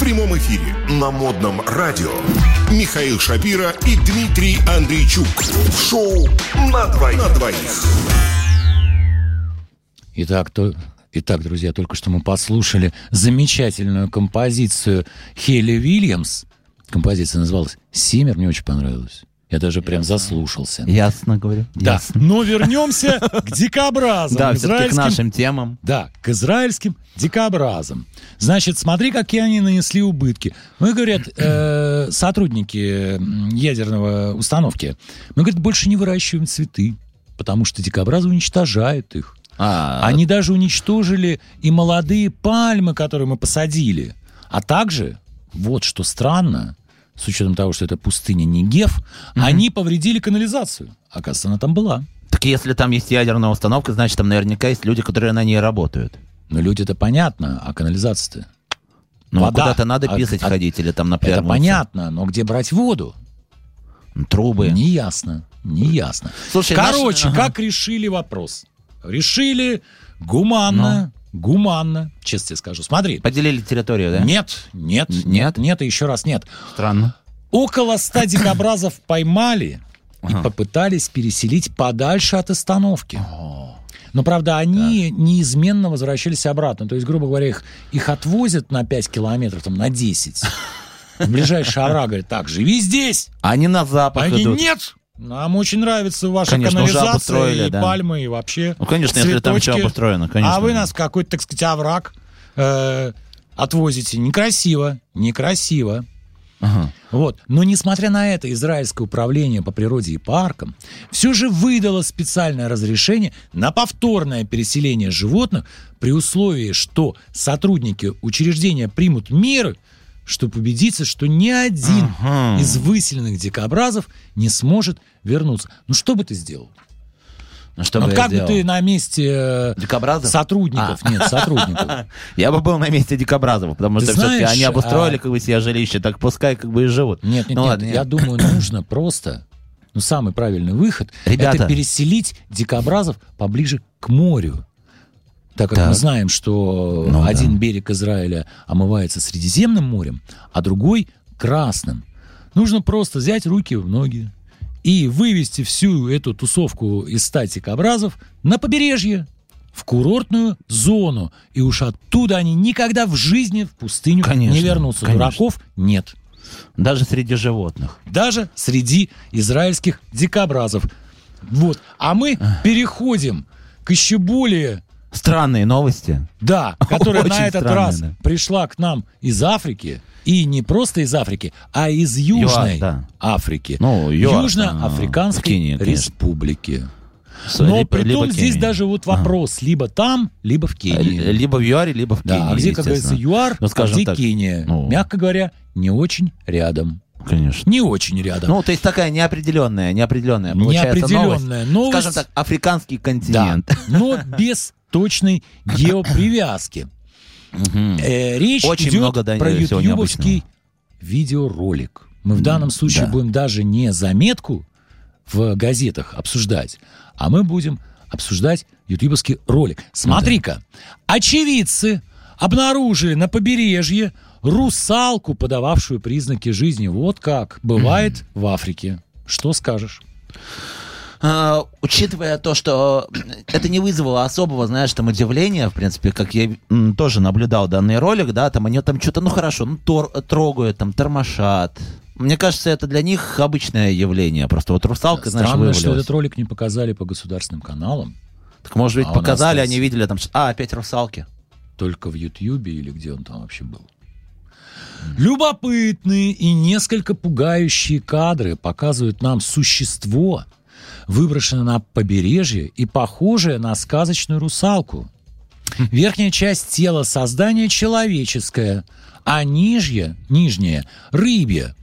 прямом эфире на модном радио Михаил Шапира и Дмитрий Андрейчук. В шоу на двоих. На двоих. Итак, то, итак, друзья, только что мы послушали замечательную композицию Хелли Вильямс. Композиция называлась «Симер», мне очень понравилась. Я даже прям заслушался. Ясно говорю. Да. Ясно. Но вернемся к дикобразам. Да, все-таки к израильским. нашим темам. Да, к израильским дикобразам. Значит, смотри, какие они нанесли убытки. Мы, говорят, э, сотрудники м, ядерного установки, мы, говорят, больше не выращиваем цветы, потому что дикобразы уничтожают их. А, Они даже уничтожили и молодые пальмы, которые мы посадили. А также, вот что странно, с учетом того, что это пустыня Негев, они повредили канализацию. Оказывается, она там была. Так если там есть ядерная установка, значит, там наверняка есть люди, которые на ней работают. Но люди-то понятно, а канализация-то? Ну, а Вода. куда-то надо А- писать а- ходить или там Это например, понятно, но где брать воду? Трубы. Неясно, неясно. Слушай, Короче, наш- ага. как решили вопрос? Решили гуманно, гуманно, честно тебе скажу. Смотри, Поделили территорию, да? нет, нет, Н- нет, нет? нет, и еще раз нет. Странно. Около ста дикобразов поймали и Ага. попытались переселить подальше от остановки. Но, правда, они неизменно возвращались обратно. То есть, грубо говоря, их, их отвозят на 5 километров, там, на 10. Ближайший ара говорит, так, живи здесь. а Они на запах Они, идут. нет, нам очень нравится ваша Конечно, уже канализация обустроили, и да. пальмы, и вообще Ну, конечно, если там цветочки. все обустроено, конечно. а вы нас в какой-то, так сказать, овраг э, отвозите. Некрасиво, некрасиво. Ага. Вот. Но несмотря на это, израильское управление по природе и паркам все же выдало специальное разрешение на повторное переселение животных при условии, что сотрудники учреждения примут меры, чтобы убедиться, что ни один Ага. из выселенных дикобразов не сможет вернуться. Ну что бы ты сделал? Ну, что Вот бы я как делал? бы ты на месте э, Дикобразов? А. сотрудников, нет, сотрудников, Я бы был на месте Дикобразова, потому Ты что все-таки знаешь, они обустроили а- как бы себе жилище, так пускай как бы и живут. Нет, нет, Ну нет, ладно, я думаю, нужно просто, ну, самый правильный выход, Ребята. это переселить дикобразов поближе к морю. Так как Так. мы знаем, что Ну да. один берег Израиля омывается Средиземным морем, а другой — Красным. Нужно просто взять руки в ноги и вывести всю эту тусовку из ста дикобразов на побережье, в курортную зону. И уж оттуда они никогда в жизни в пустыню не Конечно, вернутся. конечно. Дураков нет Даже среди животных. даже среди израильских дикобразов. Вот. А мы переходим к еще более, Странные новости. да, которая Очень на этот странная, раз да. пришла к нам из Африки. И не просто из Африки, а из Южной да. Африки. Ну, ЮАР, Южноафриканской а, в Кении, конечно. республики. С- Но либо- при том либо здесь Кении. даже вот Ага. вопрос, либо там, либо в Э, Кении. Либо в ЮАРе, либо в Кении, да, а где, как говорится, естественно. ЮАР, Ну, а скажем где так, Кения. ну. Мягко говоря, не очень рядом. Конечно. Не очень рядом. Ну, то есть такая неопределенная, неопределенная, получается новость. Неопределенная новость. Скажем так, африканский Да, континент. но без точной геопривязки. Мгм. Э, Речь Очень идет много, да, про всего ютубовский необычного. видеоролик. Мы в данном случае да. будем даже не заметку в газетах обсуждать, а мы будем обсуждать ютубовский ролик. Смотри-ка, очевидцы обнаружили на побережье русалку, подававшую признаки жизни. Вот как бывает в Африке. Что скажешь? А, учитывая то, что э, это не вызвало особого, знаешь, там удивления, в принципе, как я м, тоже наблюдал данный ролик, да, там они там что-то, ну хорошо, ну тор- трогают, там тормошат. Мне кажется, это для них обычное явление. Просто вот русалка, знаешь, Странно, что вывалилась. этот ролик не показали по государственным каналам, Так, может быть, А у нас показали, там- они видели там, что- а, опять русалки. только в Ютьюбе или где он там вообще был. Любопытные и несколько пугающие кадры показывают нам существо, выброшенное на побережье и похожее на сказочную русалку. Верхняя часть тела создания человеческая, а нижняя, нижняя рыбья.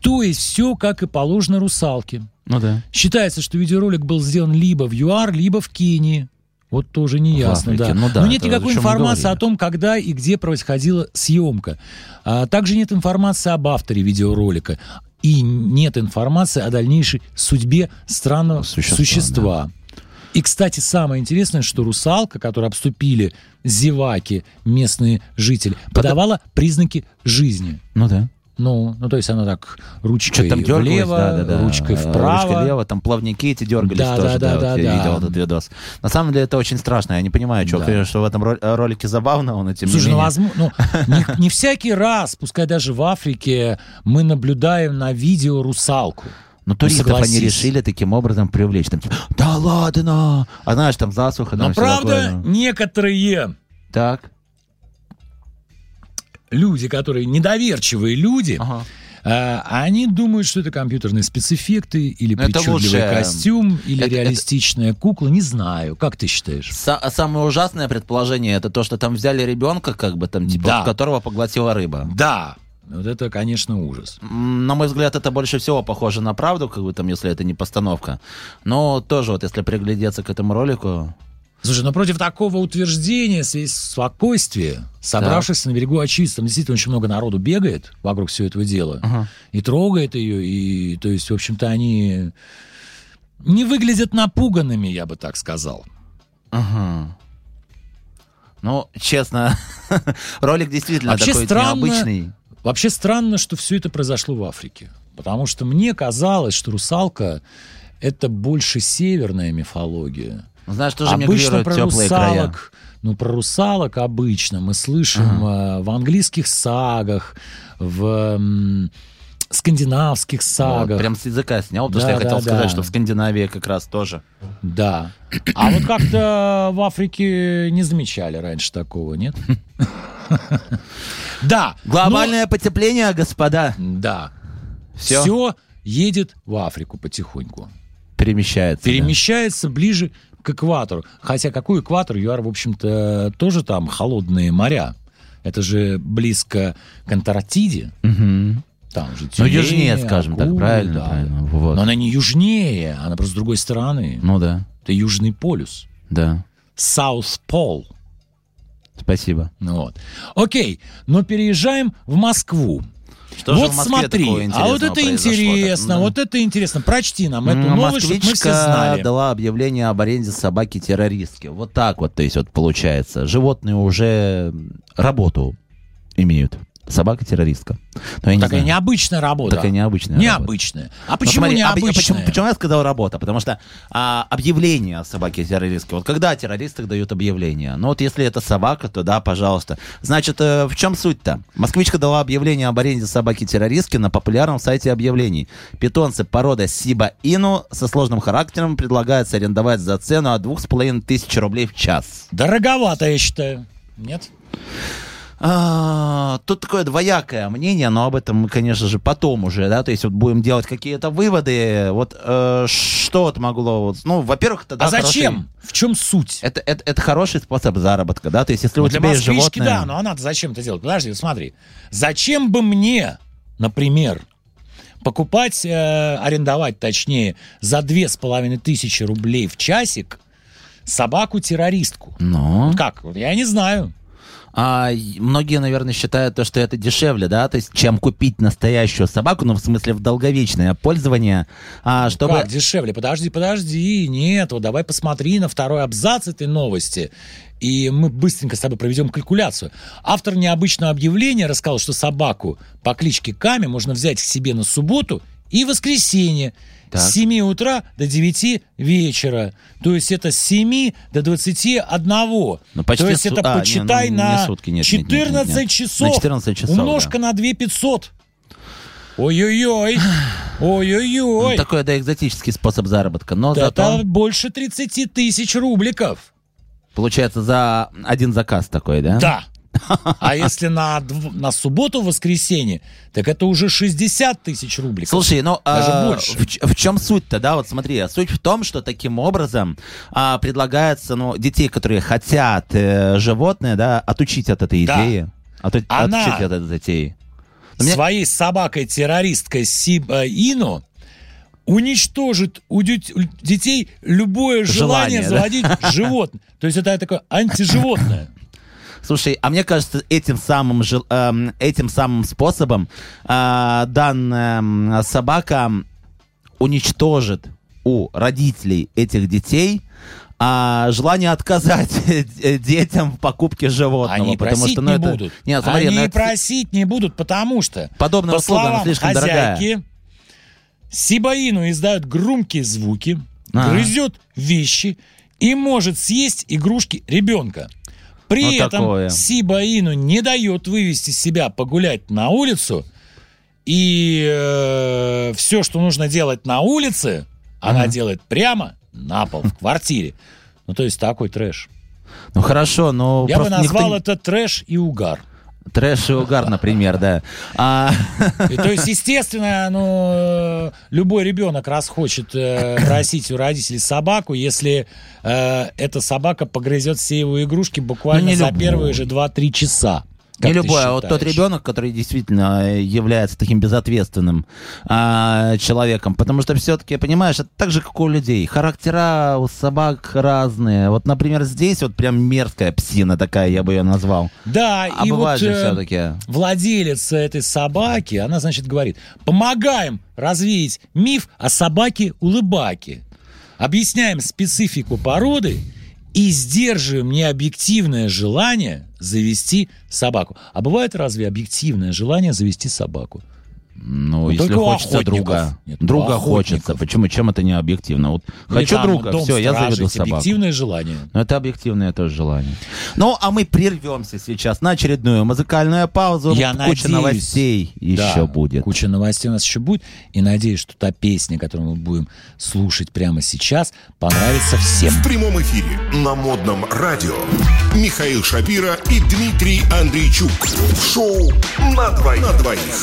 То есть все, как и положено русалке. Ну да. Считается, что видеоролик был сделан либо в ЮАР, либо в Кении. Вот тоже не В ясно, Африке, да. ну да, Но нет это никакой о чем мы информации говорили. о том, когда и где происходила съемка. А также нет информации об авторе видеоролика. И нет информации о дальнейшей судьбе странного Существа, существа. И, кстати, самое интересное, что русалка, которую обступили зеваки, местные жители, подавала признаки жизни. Ну да. Ну, ну то есть она так ручкой Что-то там дергалось, влево, да, да, да. ручкой Э, вправо. Ручкой влево, там плавники эти дергались Да, да, тоже, да, вот я да, видел да. этот видос. На самом деле это очень страшно, я не понимаю, чё, Да. конечно, что в этом ро- ролике забавного, но тем Слушай, не ну, менее. возможно, ну, не, не всякий раз, пускай даже в Африке, мы наблюдаем на видео русалку. Ну, туристов они согласись. решили таким образом привлечь. Там, типа, да ладно! А знаешь, там засуха, там Но всё правда, такое, ну. некоторые Так. люди, которые недоверчивые люди, Ага. э, они думают, что это компьютерные спецэффекты или Ну, это причудливый лучше, э, костюм, или это- это- реалистичная кукла. Не знаю, как ты считаешь? Са- а самое ужасное предположение это то, что там взяли ребенка, как бы там, типа, Да. вот которого поглотила рыба. Да, вот это, конечно, ужас. М, На мой взгляд, это больше всего похоже на правду, как бы там, если это не постановка. Но тоже вот, если приглядеться к этому ролику, Слушай, но против такого утверждения свесь спокойствие, собравшись на берегу очистить, там действительно очень много народу бегает вокруг всего этого дела Ага. и трогает ее, и, то есть, в общем-то, они не выглядят напуганными, я бы так сказал. Ага. Ну, честно, ролик действительно Вообще такой странно. необычный. Вообще странно, что все это произошло в Африке, потому что мне казалось, что русалка — это больше северная мифология. Ну, Знаешь, тоже обычно мигрируют про теплые края. русалок, ну про русалок обычно мы слышим э, в английских сагах, в м, скандинавских Вот, сагах, прям с языка снял, потому что я Да, хотел да, сказать, да. что в Скандинавии как раз тоже. да. А вот как-то в Африке не замечали раньше такого, нет? Да. ну, Глобальное потепление, господа, Да. Всё? Все едет в Африку потихоньку. перемещается. да. перемещается ближе к экватору. Хотя какой экватор? ЮАР, в общем-то, тоже там холодные моря. Это же близко к Антарктиде. Мгм. Там же Ну, тюлени, южнее, скажем так, акулы, правильно, да. правильно. Вот. Но она не южнее, она просто с другой стороны. Ну да, Это Южный полюс. да. Саус Пол. Спасибо. Ну Вот. Окей, но переезжаем в Москву. Что вот смотри, а вот это интересно, ну. вот это интересно. Прочти нам эту новость, чтобы мы все знали. а дала объявление об аренде собаки-террористки. Вот так вот, то есть вот получается. Животные уже работу имеют. Собака-террористка. Но я не Такая знаю. необычная работа. Такая необычная. работа. Необычная. А Ну, почему смотри, а необычная? а почему, почему я сказал работа? Потому что а, объявление о собаке террористке. Вот когда о террористах дают объявление? Ну вот если это собака, то да, пожалуйста. Значит, э, в чем суть-то? Москвичка дала объявление об аренде собаки террористки на популярном сайте объявлений. Питомцы порода Сиба Ину со сложным характером предлагается арендовать за цену от двух с половиной тысяч рублей в час. Дороговато, я считаю. Нет? А, Тут такое двоякое мнение, но об этом мы, конечно же, потом уже, да, то есть вот будем делать какие-то выводы, вот э, что вот могло, вот, ну, во-первых, это, да, а зачем? хороший- В чем суть? это, это, это хороший способ заработка, да, то есть если Ну, у для тебя есть москвички, животное... да, но она зачем это делать? Подожди, смотри. Зачем бы мне, например, покупать, э, арендовать, точнее, за две с половиной тысячи рублей в часик собаку-террористку? Ну, Вот Как? Вот Я не знаю. а, и многие, наверное, считают то, что это дешевле, да, то есть чем купить настоящую собаку, ну, в смысле, в долговечное пользование, а, чтобы... Ну, Как дешевле? Подожди, подожди. Нет, вот давай посмотри на второй абзац этой новости. И мы быстренько с тобой проведем калькуляцию. Автор необычного объявления рассказал, что собаку по кличке Ками можно взять к себе на субботу и воскресенье Так. с 7 утра до 9 вечера. То есть это с 7 до 21. Ну, почти То есть су- это а, не, почитай ну, не на сутки, нет, нет, нет, нет, нет. 14 На часов. 14 часов, Умножка да. на 2 500. Ой-ой-ой. Ой-ой-ой. Ну, такой, да, экзотический способ заработка, но Да зато... там больше 30 тысяч рубликов. Получается, за один заказ такой, да? Да. А если на, дв- на субботу, воскресенье, так это уже 60 тысяч рубликов. Слушай, ну Даже а, больше. В, ч- в чем суть-то, да? Вот смотри, а суть в том, что таким образом а, предлагается, ну, детей, которые хотят э, животное, да, отучить от этой Да. идеи. Оту- Она- Отучить от этой идеи. у меня- Своей собакой-террористкой Сиба э, Ину уничтожит у дю- у детей любое желание, Желание, да? заводить животное. То есть это такое антиживотное. Слушай, а мне кажется, этим самым жел- эм, этим самым способом а, данная м, собака эм, уничтожит у родителей этих детей а, желание отказать э, детям в покупке животного. Они потому просить что, ну, не это... будут. Нет, смотри, Они ну, и это- просить не будут, потому что, подобная по услуга, она словам слишком дорогая. хозяйки, Сибаину издают громкие звуки, Ага. грызет вещи и может съесть игрушки ребенка. При Вот этом такое. Сибаину не дает вывести себя погулять на улицу, и все, что нужно делать на улице, она Ага. делает прямо на пол в квартире. Ну, то есть такой трэш. Ну хорошо, но Я бы просто никто назвал не- это трэш и угар. Трэш и угар, например, да. А, И То есть, естественно, ну, э, любой ребенок раз хочет э, просить у родителей собаку, если э, эта собака погрызет все его игрушки буквально Ну, не за любой. первые же 2-3 часа. Как не ты любой, а вот тот считаешь? ребенок, который действительно э, является таким безответственным а, человеком. Потому что все-таки, понимаешь, это так же, как у людей. Характера у собак разные. Вот, например, здесь вот прям мерзкая псина такая, я бы ее назвал. Да, А и бывает вот же э, все-таки. владелица этой собаки, она, значит, говорит, помогаем развеять миф о собаке-улыбаке. Объясняем специфику породы и сдерживаем необъективное желание завести собаку. А бывает разве объективное желание завести собаку? Ну, Ну, если только у хочется охотников. друга. Нет, у друга охотников. хочется. Почему? Чем это не объективно? Вот Или хочу там Ну, а друга, дом все, я заведу сторожить, собаку. Объективное желание. Но это объективное тоже желание. Ну, а мы прервемся сейчас на очередную музыкальную паузу. Я Куча надеюсь. новостей еще Да, будет. Куча новостей у нас еще будет. И надеюсь, что та песня, которую мы будем слушать прямо сейчас, понравится всем. В прямом эфире на модном радио Михаил Шапира и Дмитрий Андрейчук. В шоу на двоих. На двоих.